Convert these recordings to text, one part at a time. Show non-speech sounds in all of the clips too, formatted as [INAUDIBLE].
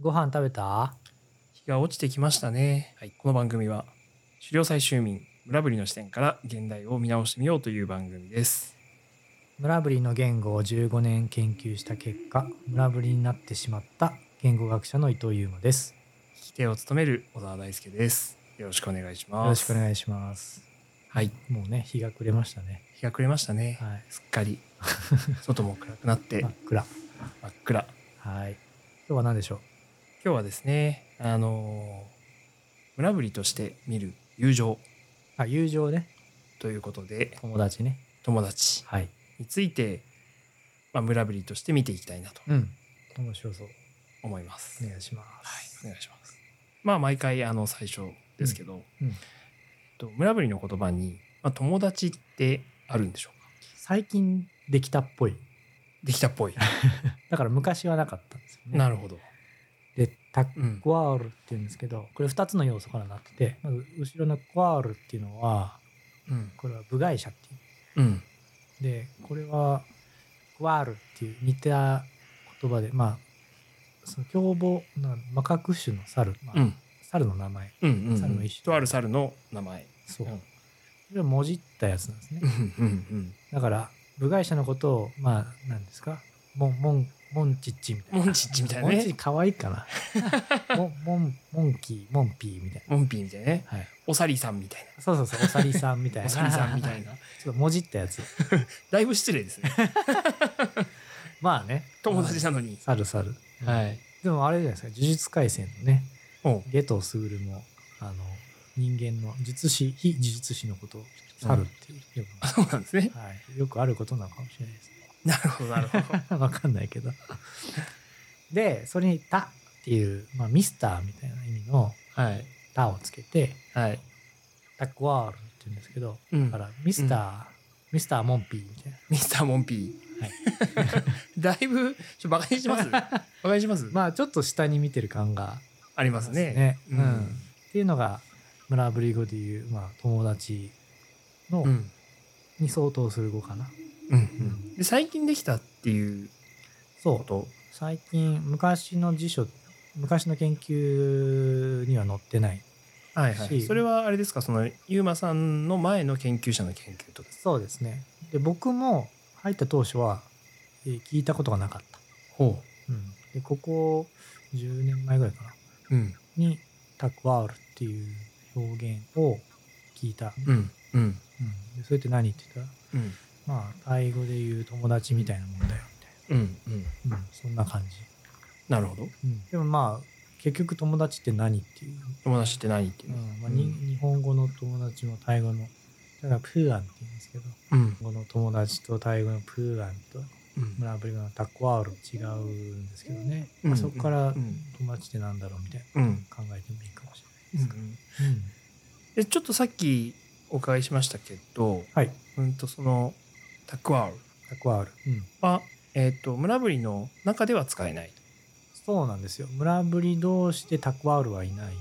ご飯食べた日が落ちてきましたね、はいこの番組は狩猟採集民村ぶりの視点から現代を見直してみようという番組です村ぶりの言語を15年研究した結果村ぶりになってしまった言語学者の伊藤優馬です聞き手を務める小沢大輔ですよろしくお願いしますよろしくお願いしますはいもうね日が暮れましたね日が暮れましたね、はいすっかり外も暗くなって [LAUGHS] 真っ暗真っ暗はい今日は何でしょう今日はですねあのー村ぶりとして見る友情あ友情ねということで友達ね友達はいについて、まあ、村ぶりとして見ていきたいなとうん面白そう思います、お願いしますはい、お願いします。まあ毎回あの最初ですけど、うんと村ぶりの言葉に、まあ、友達ってあるんでしょうか最近できたっぽいできたっぽい。だから昔はなかったんですよね [LAUGHS] なるほど。でタうん。クワールっていうんですけどこれ2つの要素からなっててまず後ろのクワールっていうのはうん。これは部外者っていううん。でこれはクワールっていう似た言葉でまあその凶暴なマカク種の猿、まあうん。猿の名前うん。うん。猿の一種とある猿の名前。そう、うんこれをもじったやつなんですねうん。うん。だから部外者のことをまあ何ですかモンモンモンチッチみたいうん。なモンチッチみたいなモンチッねチ。可愛いか [LAUGHS] なモンモンモンキーモンピーみたいモンピーみたいなね。なはいおさりさんみたいそうそうそうおさりさんみたいなな。おさりさんみた [LAUGHS] いな。ちょっともじったやつだいぶ失礼です [LAUGHS] ね。まあね友達なのに。猿猿はい。でもあれじゃないですか呪術廻戦のねおうゲトスグルもあの人間の術師非呪術師のことを猿って呼ぶ、あそうなんですね。はい、よくあることなのかもしれないですねなるほど、なるほど。わかんないけど [LAUGHS] でそれに「タ」っていう、まあ、ミスターみたいな意味のはい。 「タ」をつけてはい。 「タクワール」って言うんですけどうんだからミスター、ミスターモンピーみたいなミスターモンピー。はい [LAUGHS] だいぶ、ちょ、バカにします。バカにします。まあちょっと下に見てる感がありありまますすねね。うんっていうのが村ぶり語でいう、まあ、友達の、うん。うん。に相当する語かな。うんうん。で、最近できたっていうそこうと。最近昔の辞書昔の研究には載ってないはいははいい。それはあれですか、その、ゆうまさんの前の研究者の研究とです。そうですねで僕も入った当初は、えー聞いたことがなかった、ほうん、でここ10年前ぐらいかなう。うん。にタクワールっていう表現を聞いた、うんうん。うん。でそれって何って言ったらうん。まあタイ語で言う友達みたいなもんだようん。うん。みたいな、うん、そんな感じ、なるほど。うん、でもまあ結局友達って何っていう友達って何っていうう。んまあにうん日本語の友達もタイ語のだからプーアンって言うんですけど日うん。本語の友達とタイ語のプーアンとうん。村ぶりのタコアール違うんですけどね、うんまあそこからうん友達ってなんだろうみたいなうん。考えてもいいかもしうれないですか、んうんで、ちょっとさっきお伺いしましたけど、はいうんと、その、タクワールタコアール、うん、は、えっ、と、村ぶりの中では使えない。そうなんですよ村ぶり同士でタコアールはいない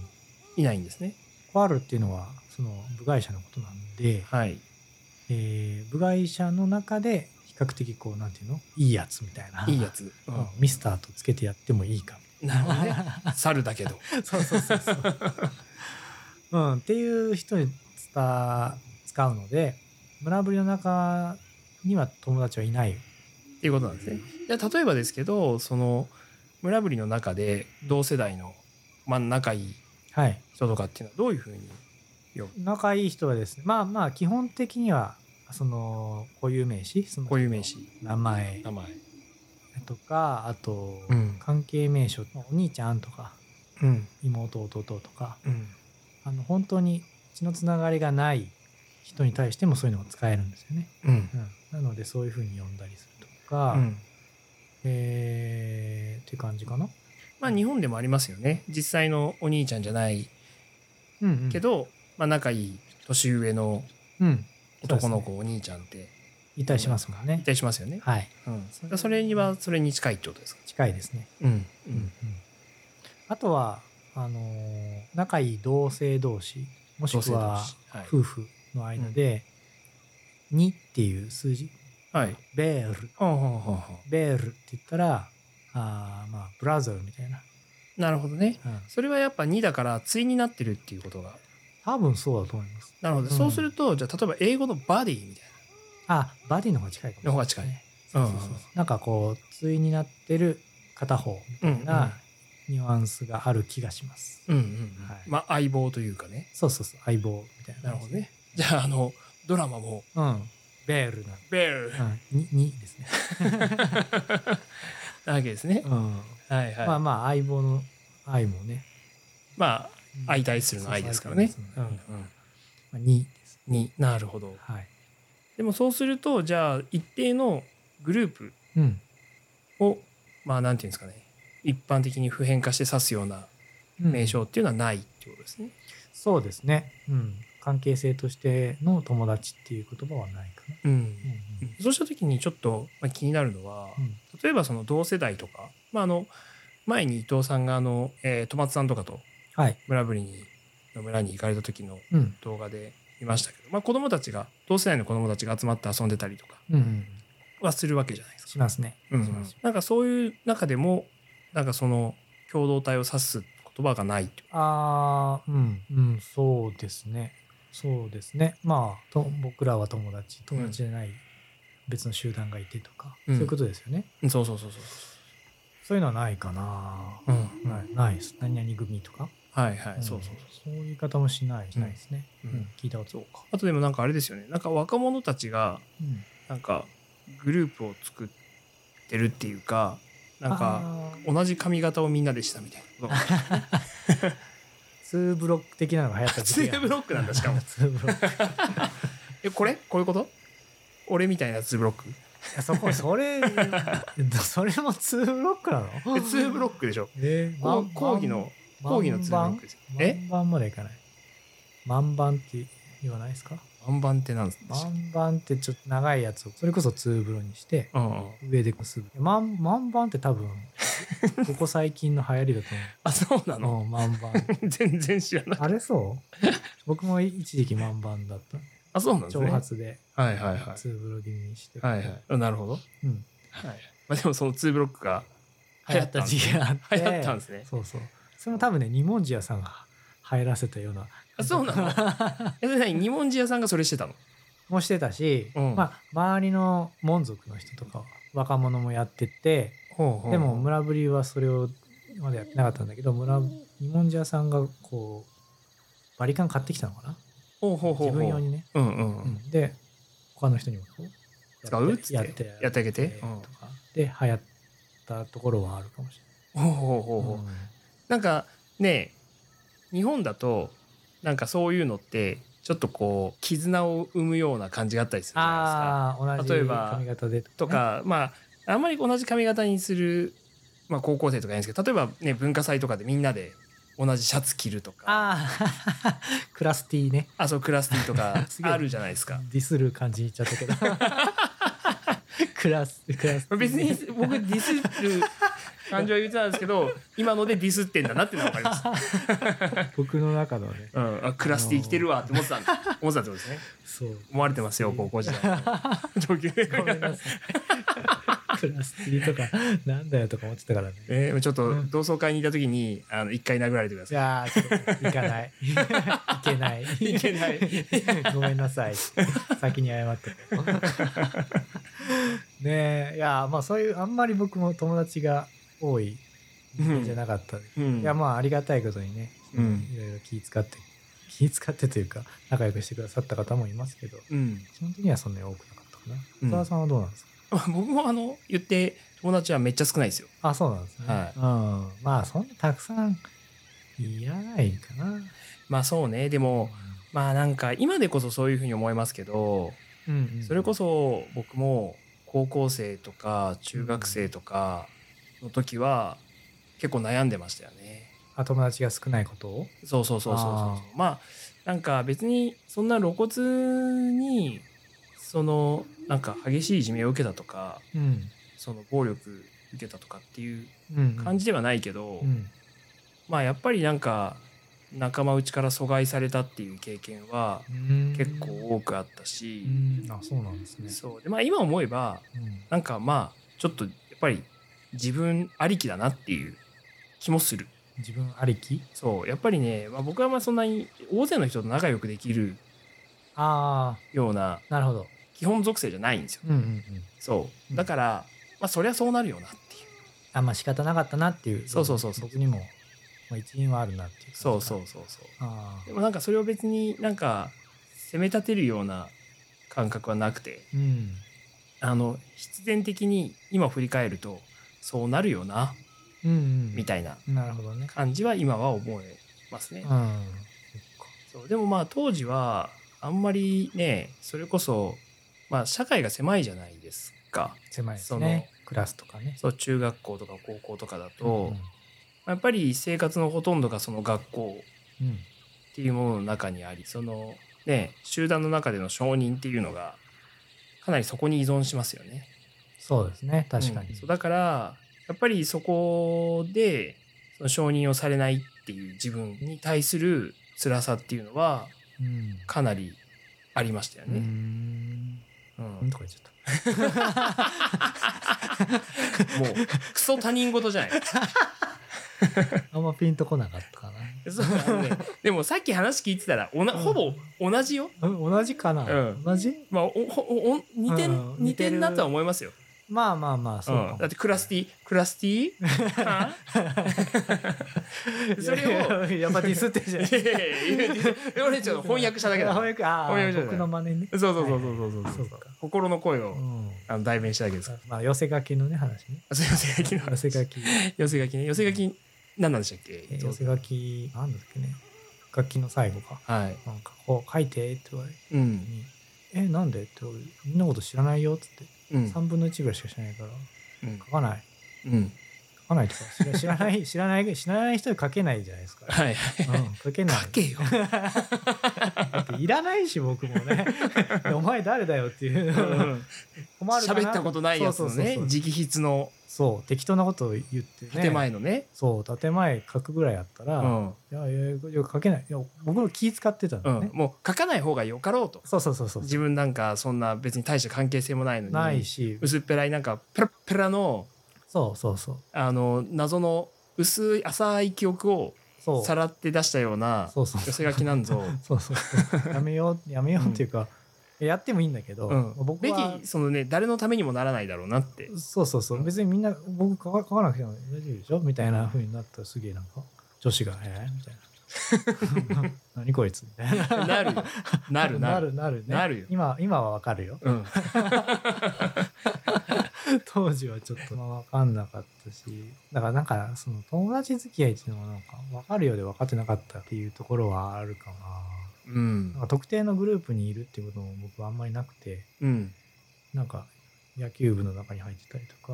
いないんですね。タコアールっていうのはその部外者のことなんで、はい。えー部外者の中で比較的こうなんていうのいいやつみたいないいやつ。うんうんミスターとつけてやってもいいかなるほどね。猿だけど。 [LAUGHS] そうそうそうそう。うん、っていう人に伝使うので村ぶりの中には友達はいない。っていうことなんですね。じゃあ例えばですけど、その村ぶりの中で同世代の、まあ、仲いいはい、人とかっていうのはどういうふうに呼ぶ仲いい人はですねまあまあ基本的にはその固有名詞その固有名詞、名前名前。とかあと、うん関係名称お兄ちゃんとかうん。妹弟とかうん。あの本当に血のつながりがない人に対してもそういうのが使えるんですよね。うん。うん、なのでそういうふうに呼んだりするとか。えーって感じかな。まあ日本でもありますよね。実際のお兄ちゃんじゃないうん、け、ど、まあ仲いい年上のうん、男の子、お兄ちゃんっていたりしますもんねい。たりしますよね。はい、うん。だからそれにはそれに近いってことですか。近いですね。うん。ううん。あとはあのー仲いい同性同士もし同性く同士ははい夫婦の間で2っていう数字、はい。ベールほうほうほうほう。ベールって言ったらあーまあブラザーみたいななるほどね。うん、それはやっぱ2だから対になってるっていうことが。多分そうだと思います。なるほど。うんそうすると、じゃあ例えば英語のバディみたいあ、バディの方が近いかもしれなのない。方が近い。そうそうそううんなんかこう、対になってる片方みたうんいなニュアンスがある気がします。うんうんうんはいまあ相棒というかね。そうそうそう、相棒みたいな。なるほどね。。じゃああのドラマもうん。ベールな。ベールうん。に、にですね。なわけですねう。ん。はいはい。まあまあ、相棒の愛もね。まうあん相対するの愛ですからねそうそう。う相対んうんするの愛まあにです。になるほど。はい。でもそうするとじゃあ一定のグループうん。をまあなんていうんですかね一般的に普遍化して指すようなうん名称っていうのはないってことですね。そうですね。うん。関係性としての友達っていう言葉はないかな。うんうんうんそうした時にちょっとまあ気になるのは、うん例えばその同世代とか、まあ、あの前に伊藤さんがあの、えー、戸松さんとかとはい。村ぶりにの村に行かれた時のうん。動画で見ましたけど、まあ、子供たちが同世代の子供たちが集まって遊んでたりとかうんうん。はするわけじゃないですか。しますね。うんしますなんかそういう中でもなんかその共同体を指す言葉がないっていうああ、うん、うん、そうですね。そうですね。まあ、と僕らは友達、友達じゃない別の集団がいてとか、うんそういうことですよね。うんそうそうそうそうそういうのはないかな。そう、ないないです。何々組とか。はいはい、んそうそうそそうういう言い方もしない、しないですね。ううんん、聞いたことそううかあとでもなんかあれですよねなんか若者たちがん。なんかグループを作ってるっていうかなんかあー、同じ髪型をみんなでしたみたいな [LAUGHS] ことがツーブロック的なのが流行った時期がツーブロックなんだしか [LAUGHS] もツーブロック。いえこれこういうこと俺みたいなツーブロックや、そこ、そ [LAUGHS] れ、それもツーブロックなのえツーブロックでしょえこう講義の講義のツーブロックですよええ万番までいかない。万番って言わないですか万番ってなんですか万番ってちょっと長いやつを、それこそツーブロにして、うんうん上で結ぶ。万万番って多 [LAUGHS] 分、ここ最近の流行りだとあそうなの思う。うん、万 [LAUGHS] 番。全然知らないあれそう僕も一時期万番だった。あそうなんです挑ね発で、はいはいはいツーブロ気味にして。はいはいあなるほどうんはいまあでもそのツーブロックが流行った時期があって。流行ったんですねそうそう。それも多分ね、二文字屋さんが入らせたような。あそう [LAUGHS] なのえそれ何日本人屋さんがそれしてたのもしてたし、うんまあ周りの門族の人とか若者もやってて、でも村ぶりはそれをまだやってなかったんだけど村二文字屋さんがこうバリカン買ってきたのかなほうほうほう自ほう分用にね、うんうんうんうんで他の人にもこう使うっつってやってやってあげてとか、で流行ったところはあるかもしほうほうほれない、うほううんなんかね日本だとなんかそういうのってちょっとこう絆を生むような感じがあったりするじゃないああ同じ例えば髪型でですか。とかまああんまり同じ髪型にする、まあ、高校生とかいるんですけど例えばね文化祭とかでみんなで同じシャツ着るとかああ [LAUGHS] クラスティねあそうクラスティとか [LAUGHS] すげえあるじゃないですか。ディスる感じにいっちゃったけど [LAUGHS] クラスクラス別に僕ディスる感情は言ってたんですけど今のでディスってんだなっていうのは分かります。僕の中のねうん、あクラスティ着てるわって思ってたんで思ってたってことです [LAUGHS] ね。そう思われてますよ高校時代の上級ごめんなさい [LAUGHS] クラスティとかなんだよとか思ってたからねえーちょっと同窓会にいた時にあの一回殴られてくだいさい。やーちょっと行かない [LAUGHS] 行けないいけないごめんなさい先に謝 [LAUGHS] っておこうねえいやーまあそういうあんまり僕も友達が多い人間じゃなかった、うん、いやまあありがたいことにねうんいろいろ気遣って気遣ってというか仲良くしてくださった方もいますけどうん、基本的にはそんなに多くなかったかなうん小沢さんはどうなんですか、 [LAUGHS] 僕もあの言って友達はめっちゃ少ないですよ。あそうなんですね、はいうん、まあそんなたくさんいらないかなまあそうねでもまあなんか今でこそそういうふうに思いますけどうんうんそれこそ僕も高校生とか中学生とかの時は結構悩んでましたよね。あ友達が少ないことをそうそうそうそうそうあまあなんか別にそんな露骨にそのなんか激しいいじめを受けたとかうん、その暴力受けたとかっていううん、感じではないけど、うんまあやっぱりなんか仲間内から阻害されたっていう経験はうん結構多くあったうし、んあそうなんですねそうでまあ今思えばうんなんかまあちょっとやっぱり自分ありきだなっていう気もする。自分ありきそうやっぱりね、まあ、僕はまあそんなに大勢の人と仲良くできるあようなあなるほど基本属性じゃないんですようんうんうんそうだから、まあ、そりゃそうなるよなっていうあまあ仕方なかったなっていうそうそうそうそう僕にも、まあ、一因はあるなっていう感じかそうそうそうそうああでもなんかそれを別になんか責め立てるような感覚はなくてうんあの必然的に今振り返るとそうなるよなうんうんみたいななるほどね感じは今は思えますねうん。そっかそうでもまあ当時はあんまりねそれこそ、まあ、社会が狭いじゃないですか狭いですねクラスとかねそう中学校とか高校とかだと、うんまあやっぱり生活のほとんどがその学校うんっていうものの中にありそのね集団の中での承認っていうのがかなりそこに依存しますよね。そうですね確かうにんそうだからやっぱりそこでその承認をされないっていう自分に対する辛さっていうのはうんかなりありましたようーね。んうんうんとか言っちゃったもうクソ他人事じゃない [LAUGHS] あんまピンとこなかったかそうあのねでもさっき話聞いてたらおなうんほぼ同じよ。な。うん同じかな、うん同じまあ、おおお似てんうん似てんなとは思いますよ。まあまあまあ、そうかもうんだってクラスティクラスティはあそれをいやいややっぱディスってるじゃん。いやいやいやいや俺ちょっと翻訳しただけだ翻訳、あ翻あ、訳しただけ僕の真似ね。そうそうそうそうそうそうそうか。心の声をうん。あの代弁しただけですかまあ、寄せ書きのね、話ね。ら。寄せ書きの寄せ書き。寄せ書きね寄せ書き何なんでしたっけえー寄せ書き、なんだっけね。楽器の最後か。はいなんか、こう、書いてって言われて、うんえ、なんでって俺、みんなこと知らないよっつって。うん3分の1ぐらいしか知らないから、うん書かない。うん書かないとか、知ら知らない、知らない、知らない人に書けないじゃないですか。はいはいうん、書けない。書けよだっていらないし僕も [LAUGHS] ねお前誰だよっていう困るかな喋ったことないやつのねそうそうそうそう直筆のそう適当なことを言ってね建前のねそう建前書くぐらいやったうら、んうんいやいやいや書けないいや僕も気使ってたんだよね、もう書かない方がよかろうとそうそうそうそう自分なんかそんな別に大した関係性もないのにないし薄っぺらいなんかペラッペラのそうそうそうあの謎の薄い浅い記憶をそうさらって出したようなそうそう寄せ書きなん [LAUGHS] ぞ。そうそうそうやめようやめようっていうか、やってもいいんだけど、うん、僕べはきそのね誰のためにもならないだろうな [LAUGHS] ってそうそうそう別にみんな僕書か書かなくても大丈夫でしょみたいなふうになったらすげえなんか女子が「えーみたい [LAUGHS] な「何こいつ」みたいな。なるよなるななる。るなるねなるよ今今はわかるようん、 [LAUGHS] 当時はちょっとまあわかんなかったしだからなんかその友達付き合いっていうのもなんかわかるようで分かってなかったっていうところはあるかなうんなんか特定のグループにいるっていうことも僕はあんまりなくてうん、なんか野球部の中に入ってたりとか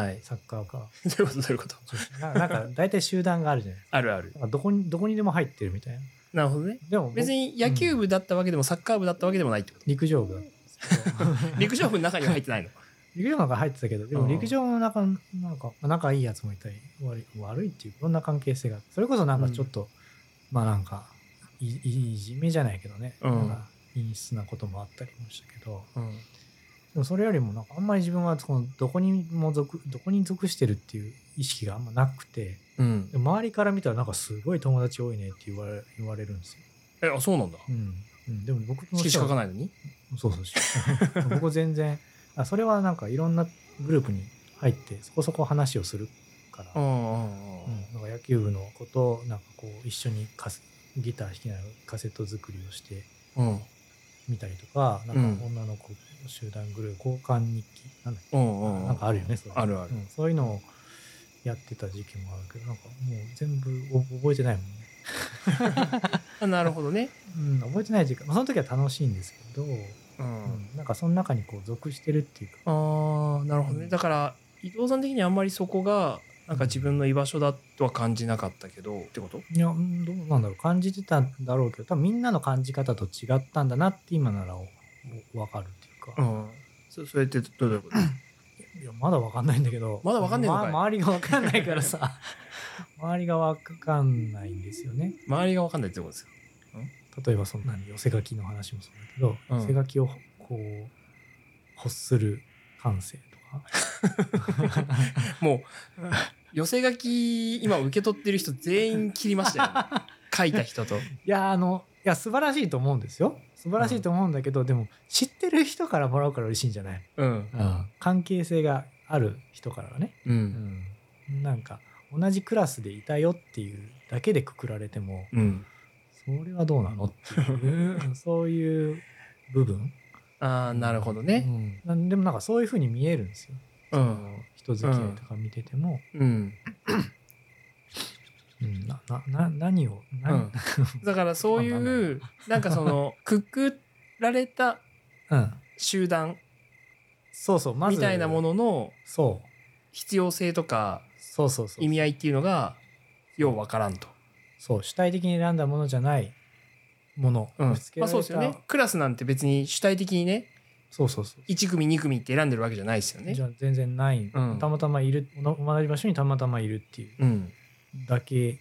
はい [LAUGHS] サッカーかどういうことどういうこと女子ななんか大体集団があるじゃないあるあるなんかどこにどこにでも入ってるみたいななるほどねでも別に野球部だったわけでもサッカー部だったわけでもないってこと陸上部だったんですけど [LAUGHS] 陸上部の中には入ってないの陸上部が入ってたけどでうもん陸上の中なんか仲いいやつもいたり悪い悪いっていういろんな関係性があってそれこそなんかちょっと、まあなんかいいいじめじゃないけどね、うんなんか陰湿なこともあったりもしたけどうんでもそれよりもなんかあんまり自分はそのどこにも属どこに属してるっていう意識があんまなくてうんでも周りから見たらなんかすごい友達多いねって言われ言われるんですよ。えあそうなんだうんうん、でも僕の色紙書かないのにそうそう僕は全然あそれはなんかいろんなグループに入ってそこそこ話をするから、ううんんうんうんなんか野球部の子となんかこう一緒にカセギター弾きながらカセット作りをしてうんみたりとかなんかうん女の子集団グループ交換日記なんだっけ、うんうんうんなんかあるよねそれあるあるうんそういうのをやってた時期もあるけどなんかもう全部お覚えてないもんね、あなるほどねうん、覚えてない時間、まあ、その時は楽しいんですけど、ううんんなんかその中にこう属してるっていうかああなるほどうねんだから伊藤さん的にあんまりそこがなんか自分の居場所だとは感じなかったけどってこといや、うんどうなんだろう。感じてたんだろうけど、多分みんなの感じ方と違ったんだなって今ならおおわかるっていうか、んそそれってどういうこといや、まだわかんないんだけど、まだわかんないのかいま周りがわかんないからさ、 [LAUGHS] 周りがわかんないんですよね。 [COUGHS] 周りが分かんないってことですよ例えばそんなに寄せ書きの話もそうだけど、うん寄せ書きをこう、欲する感性とか。もう [LAUGHS] 寄せ書き今受け取ってる人全員切りま [LAUGHS] したよ、ね、書いた人といやあのいや素晴らしいと思うんですよ素晴らしいと思うんだけど、でも知ってる人からもらうから嬉しいんじゃない、うん関係性がある人からはね、ううんん、なんか同じクラスでいたよっていうだけでくくられてもうんそれはどうなのって [LAUGHS] いうそういう部分、ああなるほどねうんなんでもなんかそういうふうに見えるんですようあんの人付き合いとか見てても、うんうんななな何をう何ん、だからそういうなんかそのくくられたうん集団そうそうまずみたいなもののそう必要性とかそうそうそう意味合いっていうのがようわからんと。そう主体的に選んだものじゃないもの、うんまぶつけらあれそうたですよね。クラスなんて別に主体的にねそうそうそう1組2組って選んでるわけじゃないですよねじ。ゃあ全然ない、うんたまたまいる同同じ場所にたまたまいるっていううんだけ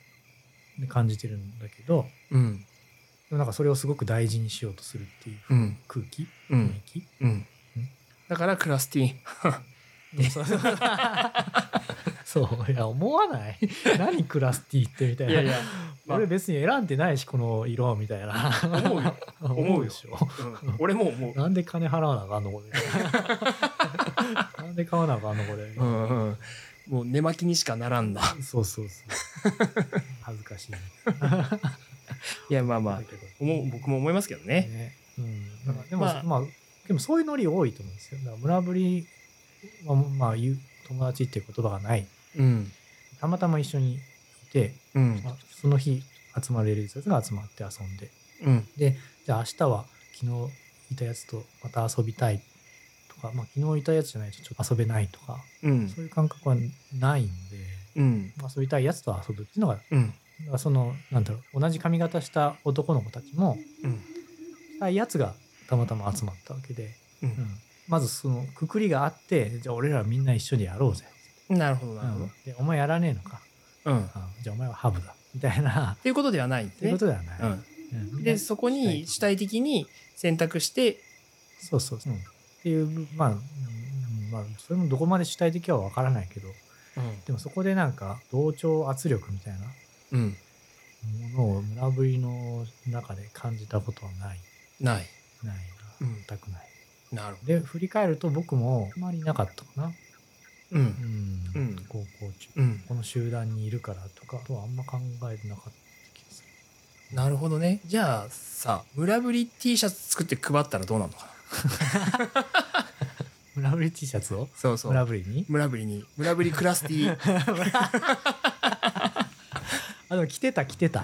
で感じてるんだけどうんでもなんかそれをすごく大事にしようとするっていううん空気う雰ん囲気、うん。だからクラスティーン。そう [LAUGHS] そういや思わない [LAUGHS] 何クラスティってみたいな。いやいや、まあ俺別に選んでないしこの色みたいな [LAUGHS] 思うよ。う [LAUGHS] よ思うでしょうん俺も思う。なんで金払わなあかんのこれ [LAUGHS] なんで買わなあかんのこれ、うんうん。もう寝巻きにしかならんだ。そうそうそう恥ずかしいいやまあまあだ。けど思う僕も思いますけどね。ね、うん、だからでも、まあまあでもそういうノリ多いと思うんですよだから村ぶりはまあ言う友達っていう言葉がないうん。たまたま一緒にいて、うん。まあその日集まれるやつが集まって遊んでうん。じゃあ明日は昨日いたやつとまた遊びたいとか、まあ、昨日いたやつじゃないとちょっと遊べないとかうんそういう感覚はないんでうん。まあ遊びたいやつと遊ぶっていうのがだうん。からそのなんだろう同じ髪型した男の子たちもうん。したいやつがたまたま集まったわけで、ううんまずそのくくりがあってじゃあ俺らみんな一緒にやろうぜ、ん。なるほど、うなるほん、でお前やらねえのか、ど。うん。っうんじゃあお前はハブだみたいなていうことではないんですというねこ。とではない。うん。うんで、そこに主体的に選択して、そうそうそう。っていう、まあ、うんまあ、それもどこまで主体的はわからないけど、でもそこでなんか同調圧力みたいなうん。ものを村ぶりの中で感じたことはない。ない。ないな。うん全くない。なるほで、振り返ると僕もあまりなかったかな。ど。うんう。ん。うん高校中。うん。この集団にいるからとかとはあんま考えてなかった気がする。なるほどね。じゃあさ、村ぶり T シャツ作って配ったらどうなのかな村ぶり T シャツをそうそ村う。ぶりに村ぶりに。村ぶりクラステ [LAUGHS] ィー。あ、でも着てた着てた。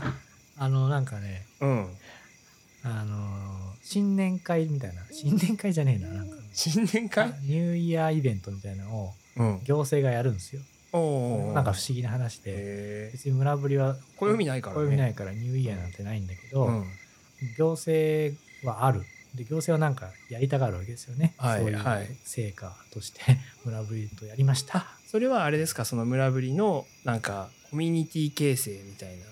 あの、なんかね、うん。あのー新年会みたいな新年会じゃねえななんか新年会ニューイヤーイベントみたいなのをうん。行政がやるんですよおおなんか不思議な話でへえ。別に村ぶりは暦ないからね。。暦ないいからニューイヤーなんてないんだけど、うん。行政はあるで行政はなんかやりたがるわけですよね、はいそういはいう成果として [LAUGHS] 村ぶりとやりましたそれはあれですか、その村ぶりの、なんか、コミュニティ形成みたいな。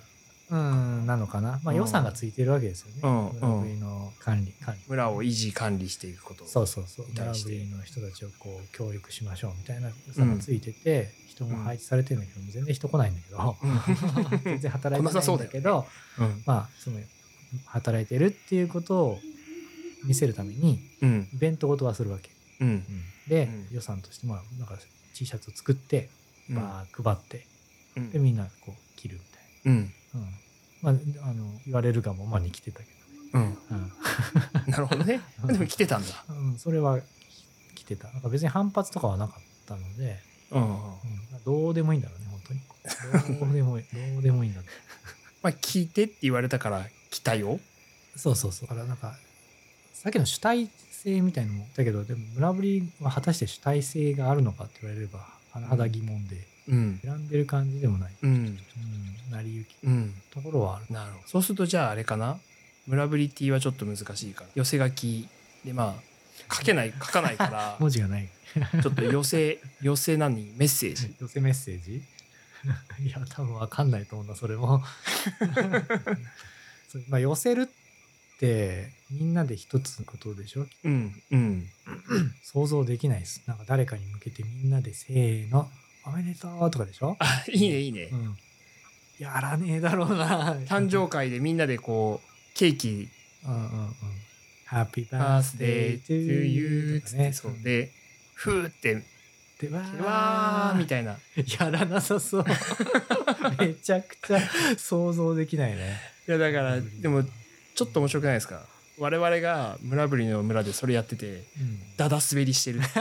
うんなのかな、まあ、うん予算がついてるわけですよね、うん村ぶりの管理管理村を維持管理していくこと。そうそうそうに村対しぶてりの人たちをこう協力しましょうみたいな予算がついてて、人も配置されてるんだけど、全然人来ないんだけど [LAUGHS] 全然働いてないんだけどうん。まあその働いてるっていうことを見せるためにうん。イベントごとはするわけ、うん。で、うん予算としてまあなんか T シャツを作って、うんまあ、配ってうんでみんなこう着るみうたいな、うん。んまあ、あの言われるがままに着てたけうん。ど、ね [LAUGHS] なるほどね。でも来てたんだ。うんうん、それは着てたなんか別に反発とかはなかったので、うん。うんどうでもいいんだろうね、本当に。どうで [LAUGHS] もいい、どうでもいいんだろまあ、聞いてって言われたから来たよ。う。そうそうそう。だからなんか、さっきの主体性みたいのもだけど、でも村ぶりは果たして主体性があるのかって言われれば、甚だ疑問で、うん。選んでる感じでもない。うん。うん、成り行きうん。ところはある。なるほど。そうすると、じゃああれかな。村ぶり T はちょっと難しいから。寄せ書きで、まあ、書け [LAUGHS] ない、書かないか文字がない。ら、ちょっと寄せ、寄せ何メッセージ。寄せメッセージ [LAUGHS] いや、多分わかんないと思うな、それ [LAUGHS] も。そうまあ、寄せるって、みんなで一つのことでしょうん。うん。想像できないです。なんか誰かに向けてみんなでせーの、おめでとうとかでしょ、あいいねいいね、うん、やらねえだろうな誕生会でみんなでこうケーキうんうんうんハッピー「ババーーススデデーートトゥゥーユユーー」つってそうねで「ふー」ってでわ「ーわー」みたいな [LAUGHS] やらなさそう [LAUGHS] めちゃくちゃ想像できないねいやだからでもちょっと面白くないですか我々が村ぶりの村でそれやっててうんダダ滑り [LAUGHS] してる [LAUGHS]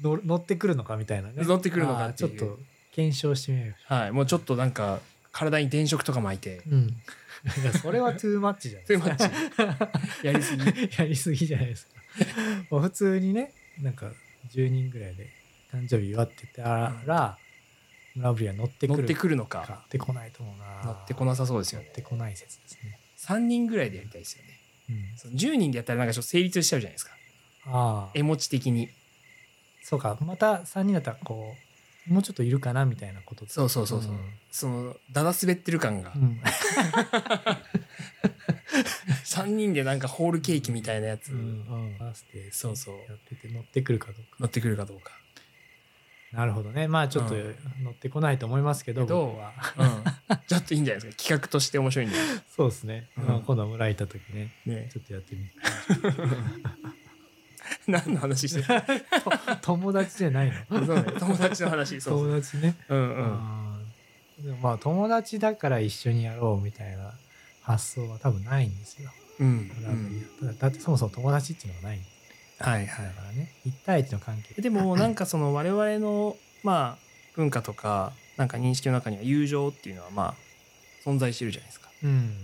乗乗ってくるのかみたいなね乗ってくるのかっていうあーちょっと検証してみようよはいもうちょっとなんか体に電飾とか巻いてうんいやそれはトゥーマッチじゃない [LAUGHS] トでゥすーかマッ [LAUGHS] チやりすぎ [LAUGHS] やりすぎじゃないですか。まあ普通にね、なんか10人ぐらいで誕生日祝ってたら、村ぶりは乗ってく乗る。ってくるの乗かってこないと思うな。乗ってこなさそうですよ乗ねってこない説ですね。 3人ぐらいでやりたいですよねうんその10人でやったらなんかちょっと成立しちゃうじゃないですかああ絵、文字的にそうか。また3人だったらこう、もうちょっといるかなみたいなことそうそうそうそう、んそのだだ滑ってる感が、うん3人でなんかホールケーキみたいなやつ、 [LAUGHS] うんうん。バースデーそうそうやってて乗ってくるかどうか。乗ってくるかどうかなるほどね。まあちょっとうん乗ってこないと思いますけど、どう僕は。うん、ちょっといいんじゃないですか企画として面 [LAUGHS] 白いんじゃないですそうですね。うんまあ今度村行った時ね、かねちょっとやってみて。何の話してる友達じゃないの [LAUGHS] そうね友達の話そうそう友達ねうんうんうんでもまあ友達だから一緒にやろうみたいな発想は多分ないんですようん、うラグビん、ーだったらだってそもそも友達っていうのはないんはいだはかいらね一対一の関係でもなんかその我々のまあ文化とかなんか認識の中には友情っていうのはまあ存在してるじゃないですかうん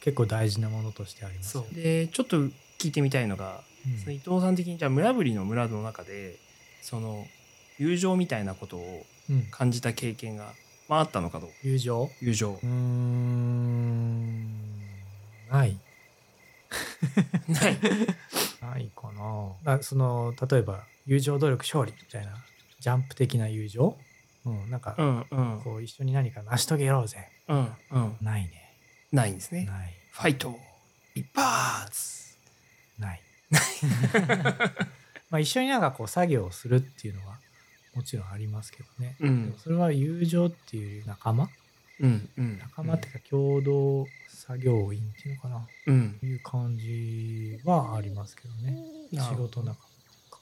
結構大事なものとしてありますよねでちょっと聞いてみたいのがうんその伊藤さん的にじゃあ村ぶりの村の中でその友情みたいなことをうん感じた経験が、まあ、あったのかどうか友情友情うーんないないないかなあその例えば友情努力勝利みたいなジャンプ的な友情うんなんか、 [LAUGHS] うんうんこう一緒に何か成し遂げようぜうんうんないね。ないんですねない。ファイト一発ない。 [LAUGHS] まあ一緒になんかこう作業をするっていうのはもちろんありますけどね。うでんもそれは友情っていうより仲間うんうん仲間っていうか共同作業員っていうのかな、うんいう感じはありますけどね。な仕るほど事の中。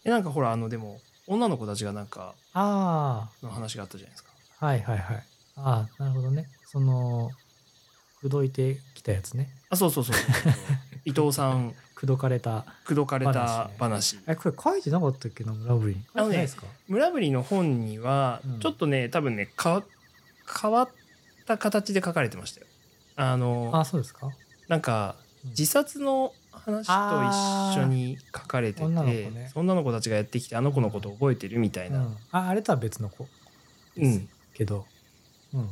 えなんかほらあのでも女の子たちがなんかあの話があったじゃないですかあ、はいはいはい。ああ、なるほどね。その、口説いてきたやつね。あそうそうそ [LAUGHS] うそう伊藤さん口説かれた。口説かれた話え、これ書いてなかったっけな、ラブリーに。あ書のねいてないですか村ぶりの本にはうんちょっとね、多分ねか変わった形で書かれてましたよあのあ、そうですか。なんかうん自殺の話と一緒に書かれててあー女の子ね女の子たちがやってきてあの子のこと覚えてるみたいうな、ん、ああれとは別の子うんですけど、うん、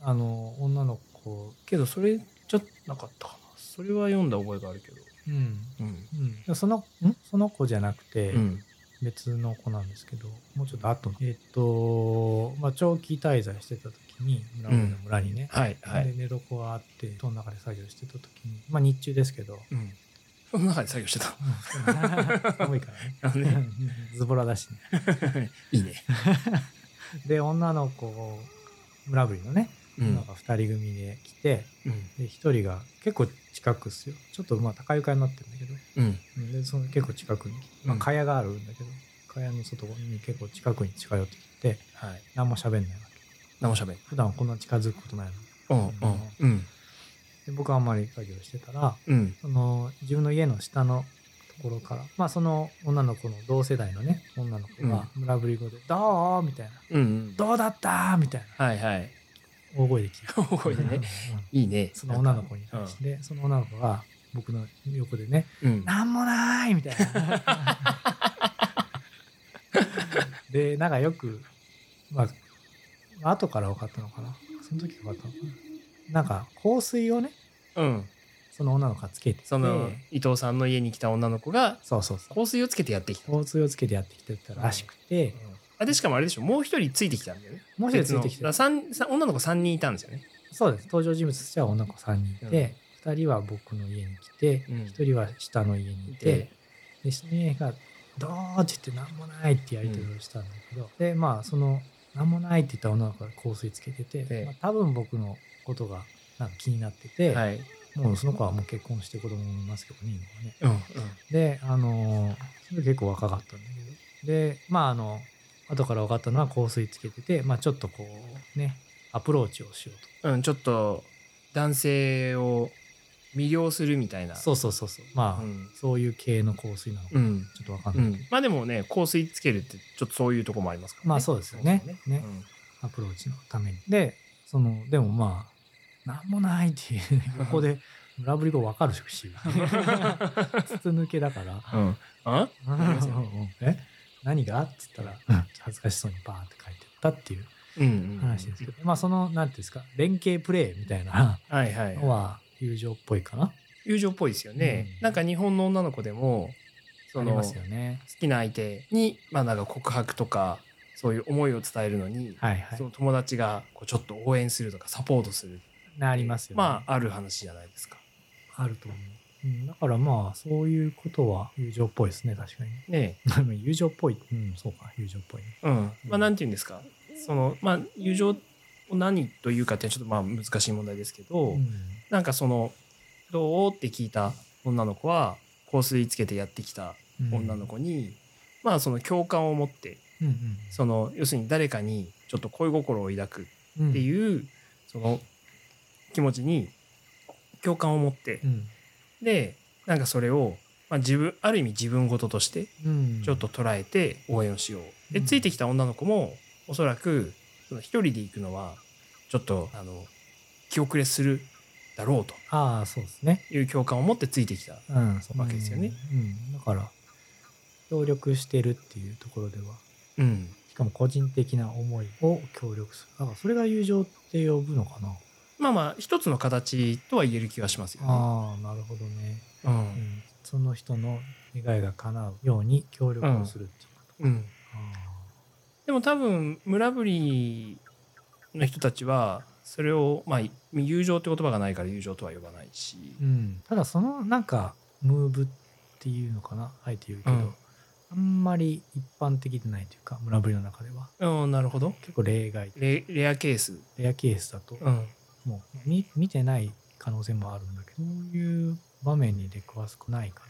あの女の子、けどそれじゃなかったかなそれは読んだ覚えがあるけど、うんうんうん、そのんその子じゃなくてうん別の子なんですけど、もうちょっと後のえっ、と、まあ、長期滞在してた時に村上の村にね、はいはい、で寝床があってその中で作業してた時にまあ日中ですけど、うん、その中で作業してた寒いからあのねねズボラだしねいいね、で女の子村ぶりのね、うんなんか2人組で来て、うんで一人が結構近くっすよちょっとまあ高床になってるんだけどうんうんでその結構近くに、まあ、蚊帳があるんだけど蚊帳の外に結構近くに近寄ってきてはい、何も喋んないわけ何もしゃべん普段はこんな近づくことないのにうんうんうんで僕はあんまり作業してたらうんその自分の家の下のところからまあその女の子の同世代のね女の子が村ぶり語で「どう?」みたいなうんう「んどうだった?」みたいなはいはい大声で聞いて大声でねいいねその女の子に対して、でその女の子が僕の横でねうんなんもないみたい [LAUGHS] な。で、なんかよく、まあ、後から分かったのかな。その時分かったのかな。なんか香水をね、うんその女の子がつけててその伊藤さんの家に来た女の子がそうそうそう。香水をつけてやってきた香水をつけてやってきてたらしくて、あでしかもあれでしょもう一人ついてきたんだよねもう一人ついてきて別のだ、三三女の子三人いたんですよねそうです。登場人物としては女の子3人いて、2人は僕の家に来て、うん1人は下の家にいて、で、下の家がどうって言って何もないってやり取りをしたんだけど、でまあその何もないって言った女の子が香水つけてて、ええまあ、多分僕のことがなんか気になってて、はい。もうその子はもう結婚して子供もいますけどね今はねうんうん。であのーそれ結構若かったんだけどでまああの後から分かったのは香水つけてて、まあ、ちょっとこうねアプローチをしよううん、ちょっと男性を魅了するみたいな。とそうそうそうそうまあ、うんそういう系の香水なのかうちょん。っと分かんうない、ん、まあでもね香水つけるってちょっとそういうとこもありますからね。まあそうですよねそうですねアプローチのためにでそのでもまあなんもないっていうここで村ぶりが分かるし筒抜けだからうんうんありますよえ何がっつったら恥ずかしそうにバーって書いてったっていううんうん話ですけど、まあその何ていうんですか連携プレーみたいなはいはいのは友情っぽいかな友情っぽいですよね、うんなんか日本の女の子でもあそりのま好すよねきな相手にまあなんか告白とかそういう思いを伝えるのに、はいはその友達がこうちょっと応援するとかサポートするいなりますよねまあある話じゃないですか。あると思ううんだからまあそういうことは友情っぽいですね確かに [LAUGHS] ねでも友情っぽいうんそうか友情っぽいねえうん、まあなんて言うんですかそのまあ友情を何というかってちょっとまあ難しい問題ですけど、うんなんかその「どう?」って聞いた女の子は香水つけてやってきた女の子に、まあその共感を持ってうんうんその要するに誰かにちょっと恋心を抱くうんっていう、その気持ちに共感を持って、うんでなんかそれを、まあ、自分ある意味自分事としてうんちょっと捉えて応援をしよう、でうんついてきた女の子もおそらくその一人で行くのはちょっとあの気遅れするだろうとああそうですねいう共感を持ってついてきたうんわけですよねうんうんだから協力してるっていうところではうん、しかも個人的な思いを協力するだからそれが友情って呼ぶのかなまあまあ一つの形とは言える気がしますよね。ああなるほどね、ううんん、その人の願いが叶うように協力をするっていうこと、うん、あでも多分村ぶりの人たちはそれをまあ友情って言葉がないから友情とは呼ばないし、ーうん、ただそのなんかムーブっていうのかなあえて言うけど、うんあんまり一般的でないというか村ぶりの中ではうん、なるほど結構例外レレアケース、レアケースだとうん、もう見見てない可能性もあるんだけどそういう場面に出くわすくないか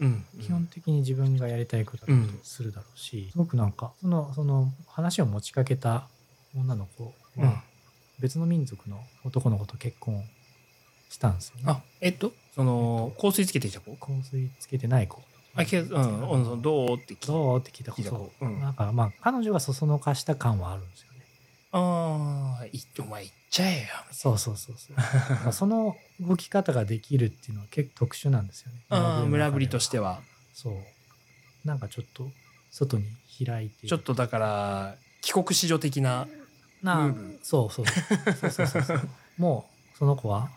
なうん、基本的に自分がやりたいことだうんするだろうし、すごくなんかそのその話を持ちかけた女の子うん、は別の民族の男の子と結婚したんですよね。あえっとその香水つけてきた子香水つけてない子。あけど、うんうんその、どうって聞いたどうって聞いたこ聞いたと子、うん、だからまあ彼女がそそのかした感はあるんですよね。ああいお前行っちゃえよそうそうそう [LAUGHS] そう。まあその動き方ができるっていうのは結構特殊なんですよね。。あー村ぶりとしててはそう。なんかちょっと外に開いて。ちょっとだから帰国子女的ななムーブそうそうそうそうそうそう [LAUGHS] もうその子は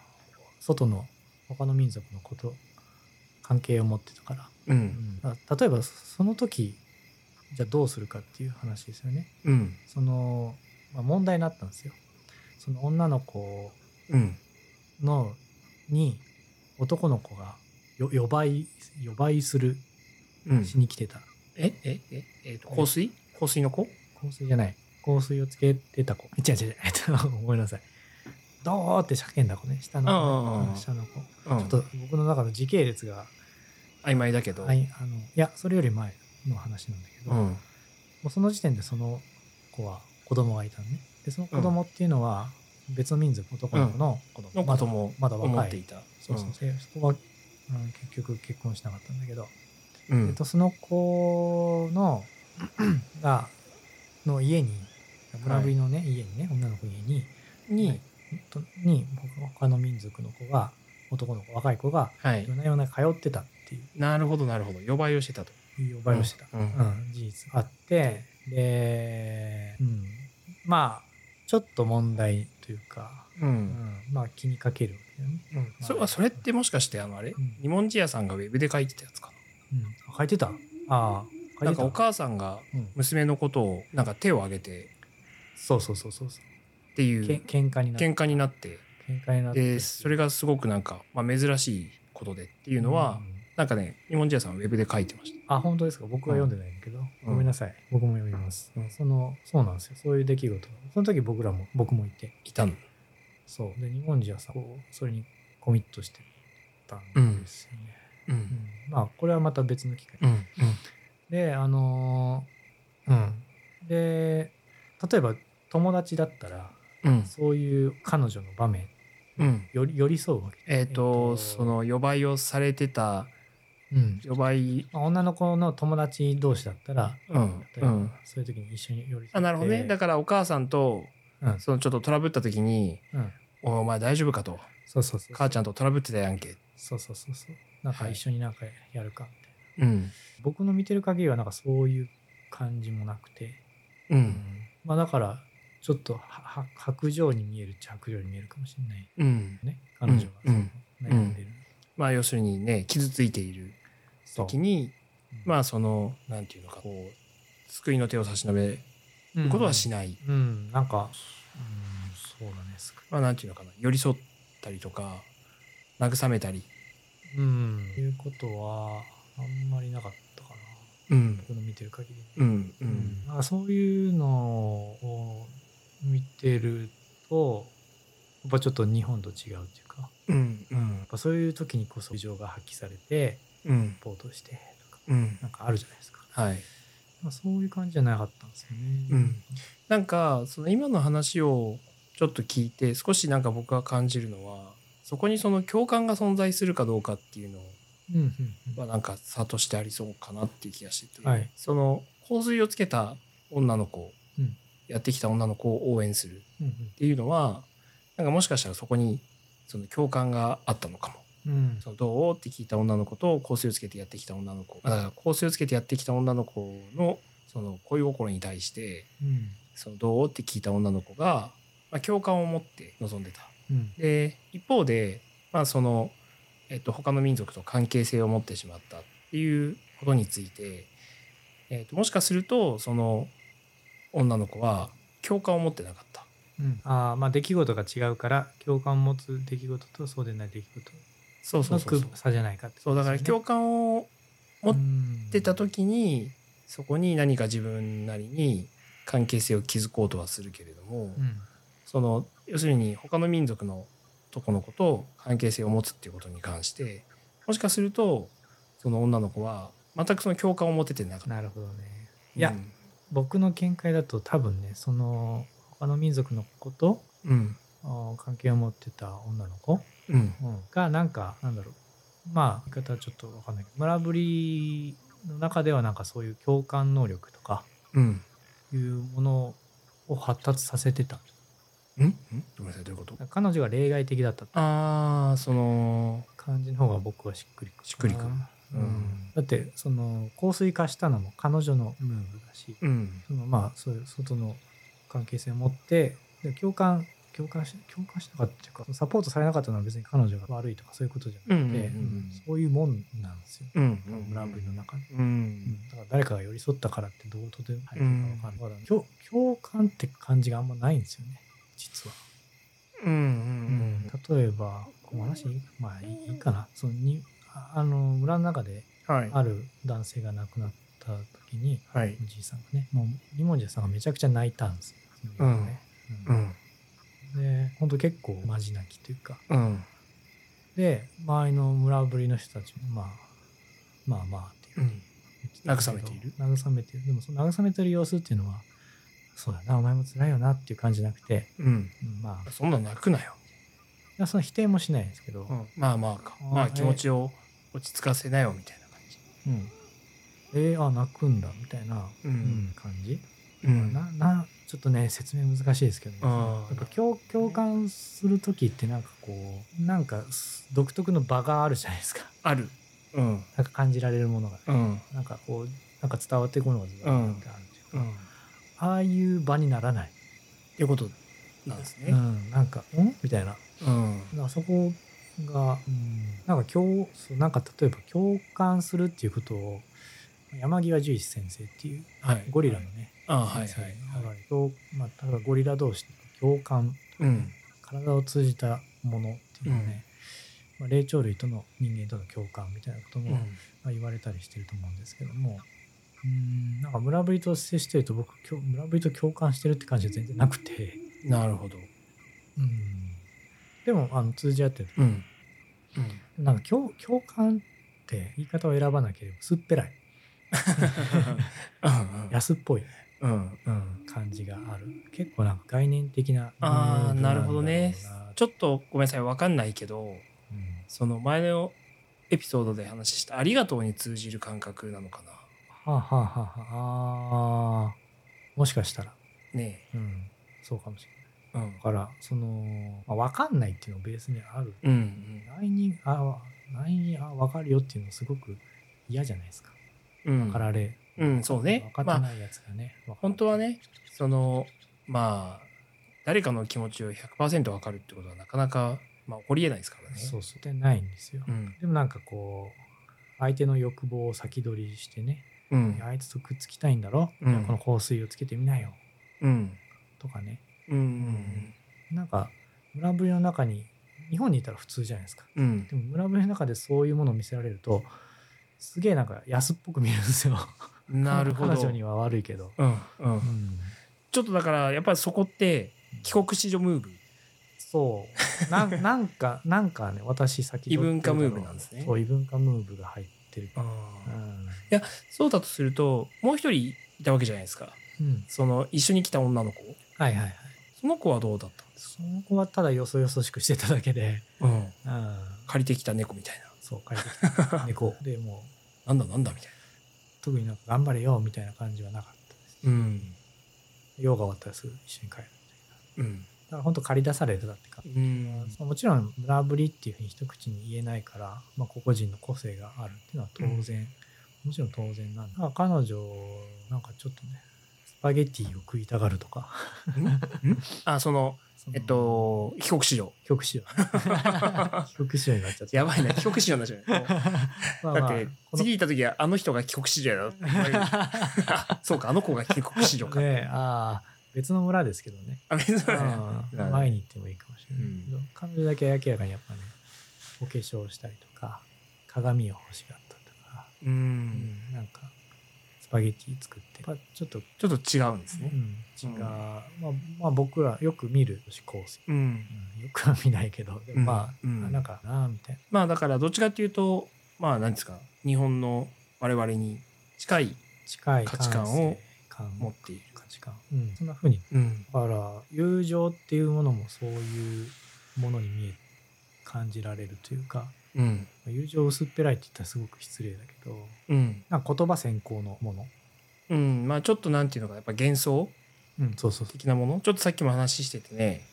外の他の民族のこと関係を持ってたから,、ううんん、だから例えばその時じゃあどうするかっていう話ですよねうんその、まあ、問題になったんですよその女の子うんのに男の子がよ予売予売するうんしに来てたええええっと香水香水の子香水じゃない香水をつけてた子違う違う違うえっとごめんなさい [LAUGHS] どうって叫んだ子ね下うんうんのうん子下の子うんちょっと僕の中の時系列が、曖昧だけど、あいあのいやそれより前の話なんだけど、うもんうその時点でその子は子供がいたのねでその子供っていうのは別の民族男の子の子供、のこともまだまだ思っ若ていいた、そうそうでそこは、うん、結局結婚しなかったんだけど、うん、うえっんと、その子の [CLEARS THROAT] がの家に村ぶりのね、家にね女の子の家ににとに他の民族の子が男の子若い子がはい夜な夜な通ってたっていうなるほどなるほど呼ばいをしてたといいおばいをしてた、うんうん事実があってで、うん、まあちょっと問題というか、う、うんん、まあ気にかけるわけだよね、うん、それはそれってもしかしてあのあれうん二文字屋さんがウェブで書いてたやつかうん、書いてたああ書ないなんてかたお母さんがうん、娘のことをなんか手を挙げてそうそうそうそうそっていううけん喧嘩になって喧嘩になって喧嘩になってでそれがすごくなんか、まあ、珍しいことでっていうのは、んなんかね、日本人屋さんはウェブで書いてました。あ本当ですか僕は読んでないんだけど、うんごめんなさい僕も読みます、うんそのそうなんですよそういう出来事その時僕らも僕もいていたの。そうで日本人はさこうそれにコミットしてたんですよね、ううんん。まあこれはまた別の機会うん。うん。であのーうんで例えば友達だったらうん。そういう彼女の場面うん。より寄り添うわけ、えっ、えっと、とその、予売をされてた、うん予売、まあ女の子の友達同士だったらうん。例えうばん。そういう時に一緒に寄り添ってあ、なるほどね。だからお母さんと、うんそのちょっとトラブった時に、うんおいお前大丈夫かと。そうそうそう母ちゃんとトラブってたやんけ。そうそうそうそうなんかはい一緒になんかやるかみたいな、うん。僕の見てる限りはなんかそういう感じもなくて、う。うんまあだからちょっとはは白状に見えるっちゃ白状に見えるかもしれないうん。ね彼女がそうんの悩んでる、まあ、要するにね、傷ついているそう時に、うんまあ、その、なんていうのか、こう、救いの手を差し伸べるうんことはしない。うんなんか、うん、そうだね少まあ、なんていうのかな、寄り添ったりとか、慰めたり。うんいうことはあんまりなかったかなうん。僕の見てる限り、うん。う。うんなんかそういうのを見てるとやっぱちょっと日本と違うっていうかやうん。うんっ。ぱそういう時にこそ友情が発揮されてうんサ。ポートしてとかうん。なんかあるじゃないですかはい。まあそういう感じじゃなかったんですよね。うんなんか、その今の話をちょっと聞いて、少しなんか僕が感じるのは、そこにその共感が存在するかどうかっていうのうんうんうんはなんか差としてありそうかなっていう気がしてて、はいその香水をつけた女の子、うんやってきた女の子を応援するっうんていうのは、なんかもしかしたらそこにその共感があったのかも。うんそのどうって聞いた女の子と香水をつけてやってきた女の子だから香水をつけてやってきた女の子のその恋心に対してうんそのどうって聞いた女の子が、まあ、共感を持って臨んでた。うんで一方で、まあそのえっと、他の民族と関係性を持ってしまったっていうことについて、えっと、もしかするとその女の子は共感を持ってなかった。うんああまあ出来事が違うから共感を持つ出来事とそうでない出来そう事そうのそうそう区差じゃないかってこそうとだですかよね、ら共感を持持ってた時にそこに何か自分なりに関係性を築こうとはするけれども、うんその要するに他の民族のとこの子と関係性を持つっていうことに関してもしかするとその女の子は全くその共感を持ててなかった。なるほどね。いやうん僕の見解だと多分ねその他の民族の子とうんあー関係を持ってた女の子うんがなんかなんだろうまあ言い方はちょっと分かんないけど村ぶりの中ではなんかそういう共感能力とかうんいうものを発達させてたうんんごめんなさいどういうこと彼女が例外的だったってああその感じの方が僕はしっくりくるなしっくりくるうんうんだってその香水化したのも彼女のムーブだしうんそのまあそういう外の関係性を持ってで共感共感し共感しなかったっていうかそのサポートされなかったのは別に彼女が悪いとかそういうことじゃなくて、うんうんうんうんそういうもんなんですよ、うん村ぶりの中で、うんうんだから誰かが寄り添ったからってどうとでも入るのか分かんない、うん共共感って感じがあんまないんですよね実は、うんうん例えばこの話まあいいかなそのにああの村の中でうんはいある男性が亡くなった時にはいおじいさんがねもうリモンジェさんがめちゃくちゃ泣いたんですよ、その夜ねううんんで本当結構マジ泣きというかうんで周りの村ぶりの人たちもまあまあまあっていううん言ってたけど慰めている慰めてるでもその慰めてる様子っていうのはそうだなお前も辛いよなっていう感じじゃなくて、うんうんまあいそんな泣くなよやその否定もしないですけど、まあまあかあーまはあい気持ちを落ち着かせなよみたいな感うんえーあ泣くんだみたいな、うん感じ、じうんななちょっとね説明難しいですけど、ね、あーやっぱ共共感する時ってなんかこうなんかす独特の場があるじゃないですか [LAUGHS] あるうんなんか感じられるものが、うんなんかこうなんか伝わってくるのがずっとあるっていうか、うんっああいう場にならない、ていうことなんですうねん、なんか「ん?」みたいなうんあそこが、うん、なんか共そうなんか例えば共感するっていうことを山際十一先生っていうはいゴリラのね、ああはい先生はいが共まあ、だからゴリラ同士の共感うん体を通じたものっていうのはね、まあ、霊長類との人間との共感みたいなことも、まあ、言われたりしてると思うんですけどもうんなんか村ぶりと接してると僕今日村ぶりと共感してるって感じは全然なくてなるほど。うんでもあの通じ合ってるうん。なんか共共感って言い方を選ばなければすっぺらい安っぽい、うん。うん。うん、感じがある結構なんか概念的な [LAUGHS] ああ、うんなるほどねなんだろうな。ちょっとごめんなさい、わかんないけど、うんその前のエピソードで話したありがとうに通じる感覚なのかな。はあ、はあはあはあ、あーもしかしたら、ねうん、そうかもしれないえ。うんだ。からその、まあ、分かんないっていうのをベースにあるうんうん。内にあ内にあ分かるよっていうのすごく嫌じゃないですかうん分かられ、うん、そうね。分かってまあ、ないやつがね、わかる本当はね、その、まあ、誰かの気持ちを100%わかるってことはなかなか、まあ、起こりえないですからね。そうそうでないんですよ、うん。でもなんかこう相手の欲望を先取りしてね、うんいや。あいつとくっつきたいんだろ、うんいやこの香水をつけてみなようん。とかねうん。うんなんか村ぶりの中に日本にいたら普通じゃないですかうん。でも村ぶりの中でそういうものを見せられるとすげえなんか安っぽく見えるんですようん。なるほど。彼女には悪いけど、うん。うんう。ん、ちょっとだから、やっぱりそこって、帰国子女ムーブ。そうなん [LAUGHS] なんかなんかね私先取ってる異文化ムーブなんですねそう異文化ムーブが入ってる、ううんんそうだとすると、もう一人いたわけじゃないですか。うん、その、一緒に来た女の子。はいはいはいその子はどうだったんですその子はただよそよそしくしてただけで、かうん。うん、借りてきた猫みたいそう帰ってきた猫 [LAUGHS] でもうな。なんだなんだみたい特になんか頑張れよみたいな感じはなかったですな。うん。用が終わったらすぐ一緒に帰るうん。だから本当借り出されてたって感うじ、 [LAUGHS] ん。もちろん村ぶりっていうふうに一口に言えないから、まあ、個々人の個性があるっていうのは当然、もちろん当然なんだだから彼女なんかちょっとねスパゲティを食いたがるとかあ、その、そのえっと、帰国子女。帰国子 [LAUGHS] 女帰国子女になっちゃったやば [LAUGHS] いね、帰国子女になっちゃうね。まあだまっあて、この次行った時は、あの人が帰国子女や [LAUGHS] だって言われるあそうか、あの子が帰国子女か。ねああ別の村ですけどねあ、別だね。うん前に行ってもいいかもしれないけど、彼女だけ明らかにやっぱねお化粧をしたりとか鏡を欲しがったとか、う。うんなんかスパゲティ作ってやっぱちょっと、ちょっと違うんですうね。ん、違う、まあ、まあ僕らよく見る思考性、うん。うん、よくは見ないけどでもまあ、うんうんなんかなあみたいまあだからどっちかっていうとまあ何ですか日本の我々に近い、な近い価値観を感性感持っている価値観、うん、そんな風にうんだから友情っていうものもそういうものに見え感じられるというかうん友情薄っぺらいって言ったらすごく失礼だけどうんなんか言葉先行のもの、うん、まあちょっとなんていうのかやっぱ幻想うん、そうそうそ的なものちょっとさっきも話しててね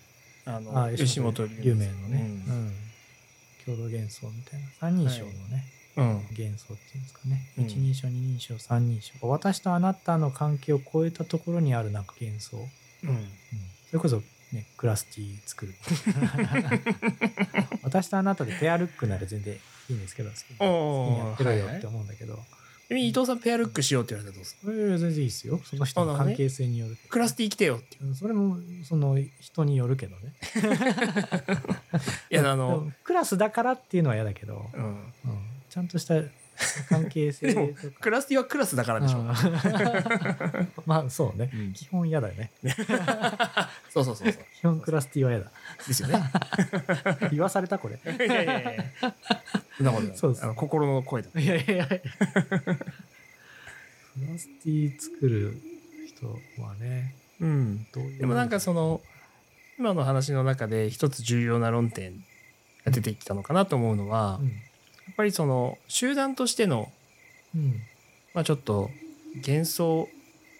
あうの吉本有名のね、ううんん共同幻想みたいな三人称のね、うん幻想っていうんですかね、うん一人称二人称三人称私とあなたの関係を超えたところにあるなんか幻想、うん、うんそれこそねクラスティ作 [LAUGHS] る私とあなたでペアルックなら全然いいんですけど好きにおー好きにやってろよって思うんだけど、で伊藤さんペアルックしようって言われたらどうするそれは全然いいですよその人の関係性によるけどクラスティ来てよってうんそれもその人によるけどね。いやであのもクラスだからっていうのは嫌だけど、うんうんちゃんとした関係性でもとか。クラスティはクラスだからでしょ、うんまあそうね。うん基本嫌だよね。そうそうそうそう基本クラスティは嫌だ。ですよね言わされたこれ。いやいやいやいやそんなことないそうそうあの心の声だいやいやいや。クラスティ作る人はね、うんどういう。でもなんかその今の話の中で一つ重要な論点が出てきたのかなと思うのは、うん、やっぱりその集団としての、うん、まあ、ちょっと幻想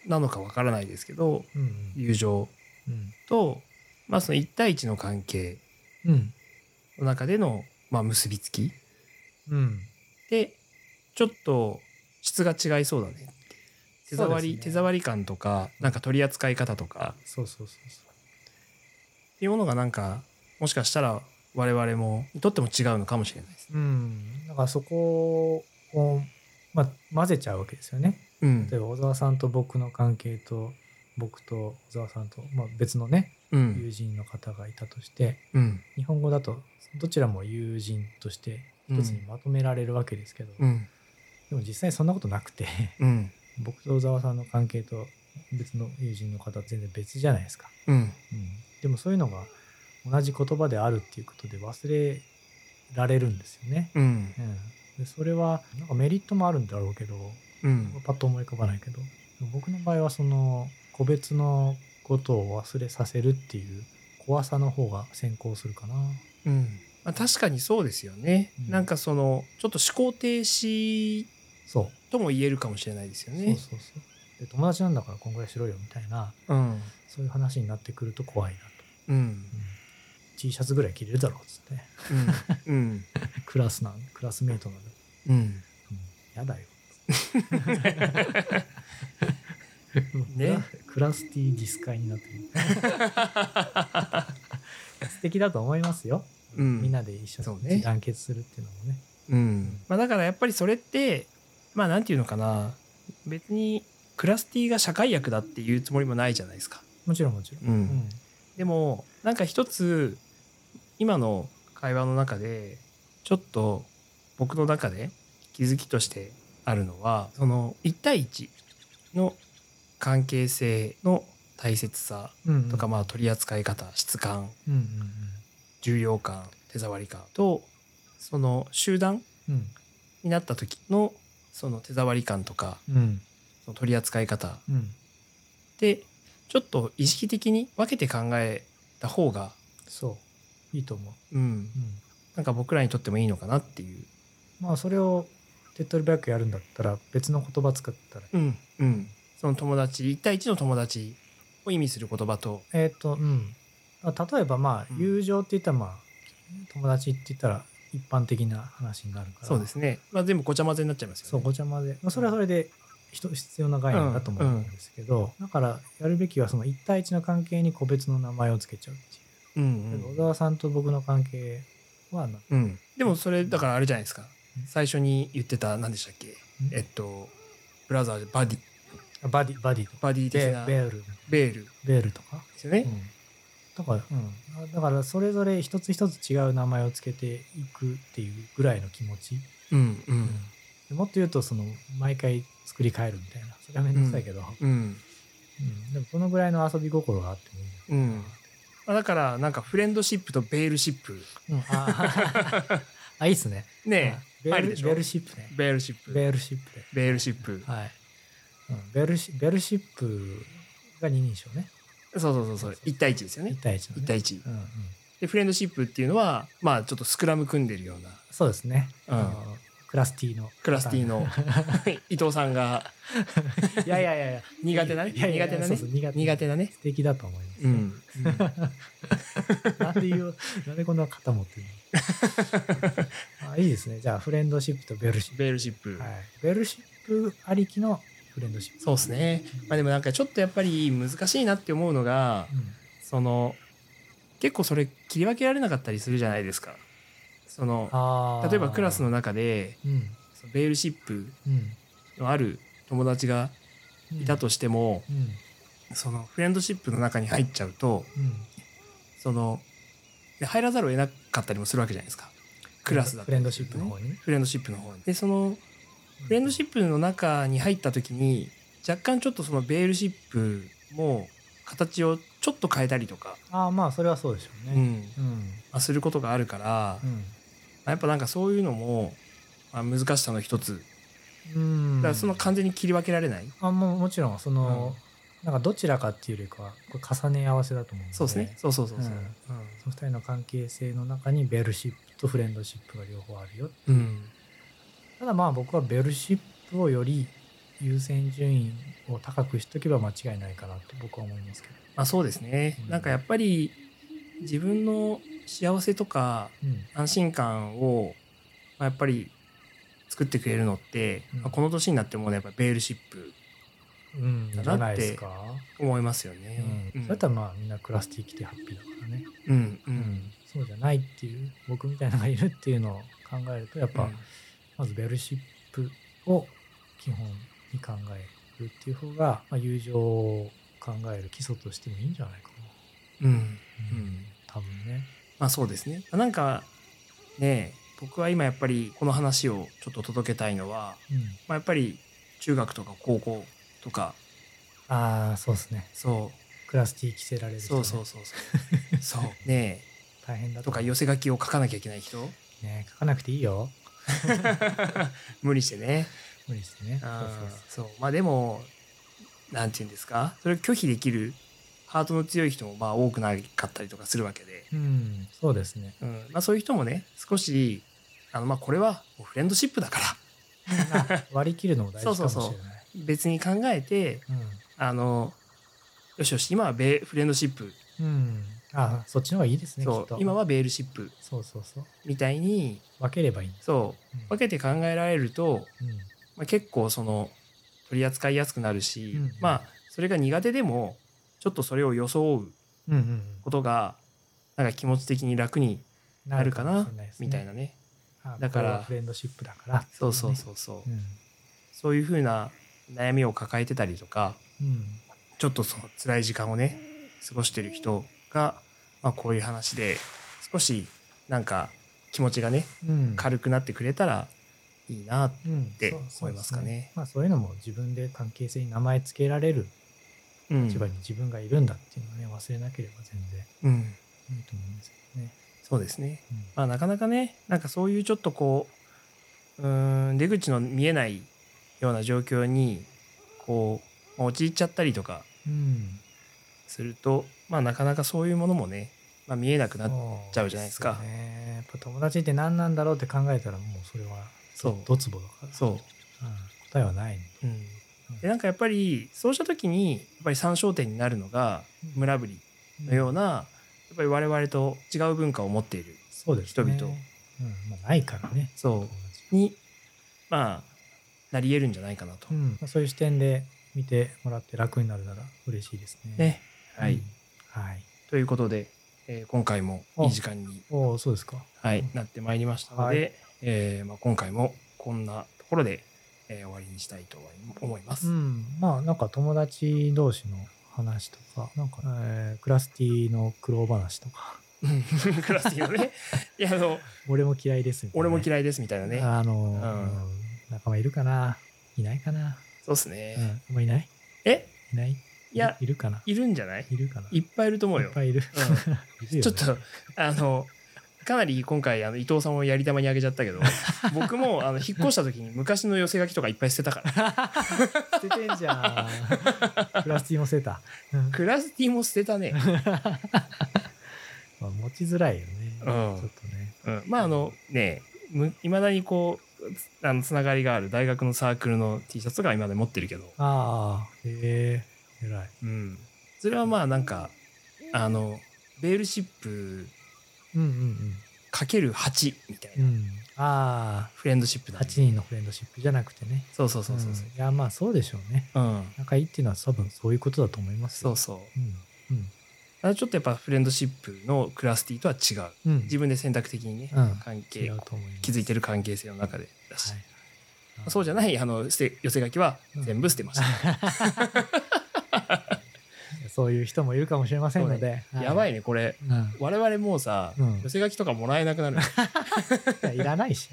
なのかわからないですけどうん、友情うん、と、まあ、その一対一の関係うん、の中での、まあ、結びつきうん。でちょっと質が違いそうだねって手触そうでり、すね手触り感とかなんか取り扱い方とかそうそうそうそう。っていうものがなんかもしかしたら我々もにとっても違うのかもしれないですね。うん、だからそこを、まあ、混ぜちゃうわけですよね。うん例えば小沢さんと僕の関係と僕と小沢さんと、まあ、別のねうん友人の方がいたとして、うん日本語だとどちらも友人として一つにまとめられるわけですけど、うんでも実際そんなことなくて [LAUGHS] うん僕と小沢さんの関係と別の友人の方全然別じゃないですか、うんうん、でもそういうのが同じ言葉であるっていうことで忘れられるんですよね、うんうん、でそれはなんかメリットもあるんだろうけどうんパッと思い浮かばないけど僕の場合はその個別のことを忘れさせるっていう怖さの方が先行するかな。うんまあ確かにそうですよね、うんなんかそのちょっと思考停止そうとも言えるかもしれないですよそうね。そうそうで友達なんだからこんぐらいしろよみたいなうんそういう話になってくると怖いなと、うんうん T シャツぐらい着れるだろうっつって [LAUGHS] ねうんうんクラスなんクラスメートなんで、うんうん、や [LAUGHS] だよねクラス T ディス会になって [LAUGHS] る素敵だと思いますよ、うんみんなで一緒そうねに団結するっていうのもねうんまあ、だからやっぱりそれってまあなんていうのかな別にクラスティが社会役だっていうつもりもないじゃないですか。もちろんもちろん、ううんんでもなんか一つ今の会話の中でちょっと僕の中で気づきとしてあるのはその1対1の関係性の大切さうんうん、とかまあ取り扱い方質感うんうん重量感手触り感とその集団うんうんになった時のその手触り感とかうんその取り扱い方うんでちょっと意識的に分けて考えた方が、そういいと思う、うん、うん、なんか僕らにとってもいいのかなっていう。まあそれを手っ取り早くやるんだったら別の言葉使ったらうんうん、その友達1対1の友達を意味する言葉と、えっ、とうんあ例えばまあうん友情って言ったらまあ友達って言ったら一般的な話になるからそうですね、まあ、全部ごちゃ混ぜになっちゃいますそようね。ごちゃ混ぜ、まあ、それはそれで人必要な概念だと思うんですけど、だからやるべきはその1対1の関係に個別の名前をつけちゃうってうんいう、小うん沢さんと僕の関係はなうん、でもそれだからあれじゃないですかうん最初に言ってた何でしたっけえっとブラザーバディあバディバディとかバディ的ベなベベールールでベールとかすよね。だから、うん、あだからそれぞれ一つ一つ違う名前をつけていくっていうぐらいの気持ち、うんううんでもっと言うとその毎回作り変えるみたいなそれは面倒くさいけど、うんうんでもそのぐらいの遊び心があってもいいんだようんまあ、だからなんかフレンドシップとベールシップうん、あ [LAUGHS] あいいっすね。ねうえんあベルるでしベょルシップね。ベールシップベルシップで。ベールシップはい。うん、ベルシベルシップが二人称ね。そうそうそうそう1対1ですよね一対一の、ね。 1対1うんうん。でフレンドシップっていうのはまあちょっとスクラム組んでるようなそうですね。うんあのクラスティの。クラスティの [LAUGHS] 伊藤さんが [LAUGHS] いやいやいやいや。苦手なねいやいや苦手なそねうそう苦手苦手なね素敵だと思います。うんなんで言う、なんでこんな肩持ってる [LAUGHS] のあいいですね。じゃあ、フレンドシップとベルシッベールシッププ。はい。ベルシップありきのフレンドシップ。そうですねまあでもなんかちょっとやっぱり難しいなって思うのがうん。その結構それ切り分けられなかったりするじゃないですかそのあー例えばクラスの。中でうん。そのベールシップうん。のある友達がいたとしても、うん。うん。そのフレンドシップの中に入っちゃうとうんそので入らざるを得なかったりもするわけじゃないですかクラスだとフレンドシップの方に。フレンドシップの方にでそのフレンドシッップの中に入った時に若干ちょっとそのベールシップも形をちょっと変えたりとか、プ。ああ、まあ、それはそうでしょううね。んうん。まあすることがあるから、うまん。あやっぱなんかそういうのも、まあ、難しさの一つうん。だからその完全に切り分けられない、あもうもちろん、その、なんかどちらかっていうよりかは、これ重ね合わせだと思うので。そうですね。そうそうそうそう、その二人の関係性の中にベルシップとフレンドシップが両方あるよ。うんうんただまあ僕はベルシップをより優先順位を高くしとけば間違いないかなと僕は思いますけど。まあそうですね、うんなんかやっぱり自分の幸せとかうん。安心感をまあやっぱり作ってくれるのって、うんまあこの年になってもねやっぱベールシップうん。じゃないですか。思いますようね。ん。うんそうやったらまあみんなクラスティー来てハッピーだからね。うんううんん、そうじゃないっていう僕みたいなのがいるっていうのを考えるとやっぱ、うんまずベルシップを基本に考えるっていう方が、まあ、友情を考える基礎としてもいいんじゃないかううんうんん多分ね。まあそうですね。なんかね僕は今やっぱりこの話をちょっと届けたいのは、うん、まあ、やっぱり中学とか高校とかああそうですね。そクラス T 着せられうる人、そね、うそうそうそうそうね大変だとか寄せ書きを書かなきゃいけない人ね書かなくていいよ。 [LAUGHS] 無理してね。無理してね。あそうそうそうーそうまあでもなんて言うんですかそれを拒否できるハートの強い人もまあ多くなかったりとかするわけで、うん、そうです [LAUGHS] ね。うんまあ、そういう人もね少しあのまあこれはもうフレンドシップだからあ割り切るのも大事かもしれない。そうそう別に考えてあのよしよし今はベフレンドシップ、うん、うん、あそっちの方がいいですねきそっうと。今はベールシップそうそうそうみたいに分ければいいんです。そううん分けて考えられると、うまあ、結構その取り扱いやすくなるし、うんまあそれが苦手でもちょっとそれを装うんうんうんことがなんか気持ち的に楽にうん、なるかなもしれいですねみたいなねあだこかられはフレンドシップだからそうそうう、そうそううんそういうふうな悩みを抱えてたりとかうん、ちょっとその辛い時間をね過ごしてる人が、まあ、こういう話で少しなんか気持ちがねうん軽くなってくれたらいいなってって思いますかねまあ、そういうのも自分で関係性に名前つけられるうん立場に自分がいるんだっていうのをね忘れなければ全然うんいいと思うんですけどね。そうですね、うんまあ、なかなかねなんかそういうちょっとこううーん出口の見えないような状況にこうまあ陥っちゃったりとかうんすると、まあ、なかなかそういうものもね、まあ、見えなくなっちゃうじゃないですかそうね、やっぱ友達って何なんだろうって考えたらもうそれはそうドツボだから、そううん答えはない、う、ん、でなんかやっぱりそうした時にやっぱり参照点になるのがうん村ぶりのようなな、やっぱり我々と違う文化を持っているそうです、ね、人々うんまあ、ないからねそ友達うにまあなり得るんじゃないかなと。うんまあ、そういう視点で見てもらって楽になるなら嬉しいですね。ねはいうんはい、ということで、えー今回もいい時間に、おおそうですか。はい、なってまいりましたので、はいえーまあ、今回もこんなところで、えー終わりにしたいと思いまうす。ん、まあなんか友達同士の話とかなんか、えークラスティの苦労話とか [LAUGHS] クラスティのねいやあの俺も嫌いですみたいな俺ね、も嫌いですみたいなね。あの、んうん仲間いるかないないかな、そうですね。うん、あんまいないえいないいやいるかないるんじゃないいるかないいっぱいいると思うよっ。ぱいいる。いるよねちょっとあのかなり今回あの伊藤さんをやり玉にあげちゃった [LAUGHS] けど僕もあの引っ越した時に昔の寄せ書きとかいっぱい捨てた [LAUGHS] から捨ててんじ [LAUGHS] ゃん。クラスティも捨てた。うんクラスティも捨てたね、まあ、持ちづらいよね。うちょっんとね。うん、まああのねいまだにこうつあのつながりがある大学のサークルの T シャツとか今で持ってるけど、ああ、へえ、偉い。うん、それはまあなんかあのベールシップうんうんかける8みたいうん。う、なんあフレンドシップあ、だ、 8人のフレンドシップじゃなくてね。そうそうそうそうそんいや、まあそうでしょうね。う、うん、仲いいっていうのは多分そういうことだと思いますそよ。うそうう。ん。あのちょっとやっぱフレンドシップのクラスティとは違ううん。うん。自分で選択的にね、うん関違係うと思います。気づいてる。る関係性の中でだし、はい。そうじゃないあの捨て寄せ書きはうん全部捨てました、 [LAUGHS] そういう人もいるかもしれませんので。やばい。いねこれうんい我々もうさ、うん寄せ書きとかもらえなく [LAUGHS] なるや。いらない [LAUGHS] し。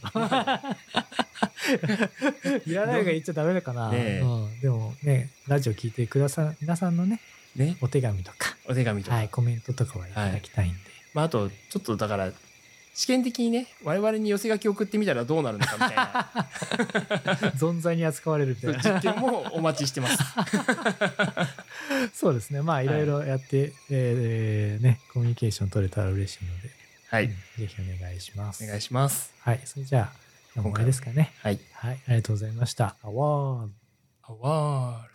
いらないが言っちゃダメだかな。ねえうん、でもね、ラジオ聞いてくださ、皆さんのね、ねお手紙とか、お手紙とか、はい、コメントとかはいただきたいんで。まあ、あとちょっとだから試験的にね我々に寄せ書き送ってみたらどうなるのかみたい [LAUGHS] な存在に扱われるみそうたい実な。験もお待ちしてますそうですね。まあ、いろいろやって、えーね、コミュニケーション取れたら嬉しいので、はういんぜひお願いします。お願いしますはい、それじゃあ、今日も終わりですかね。はいはい、ありがとうございました。あわー。あわー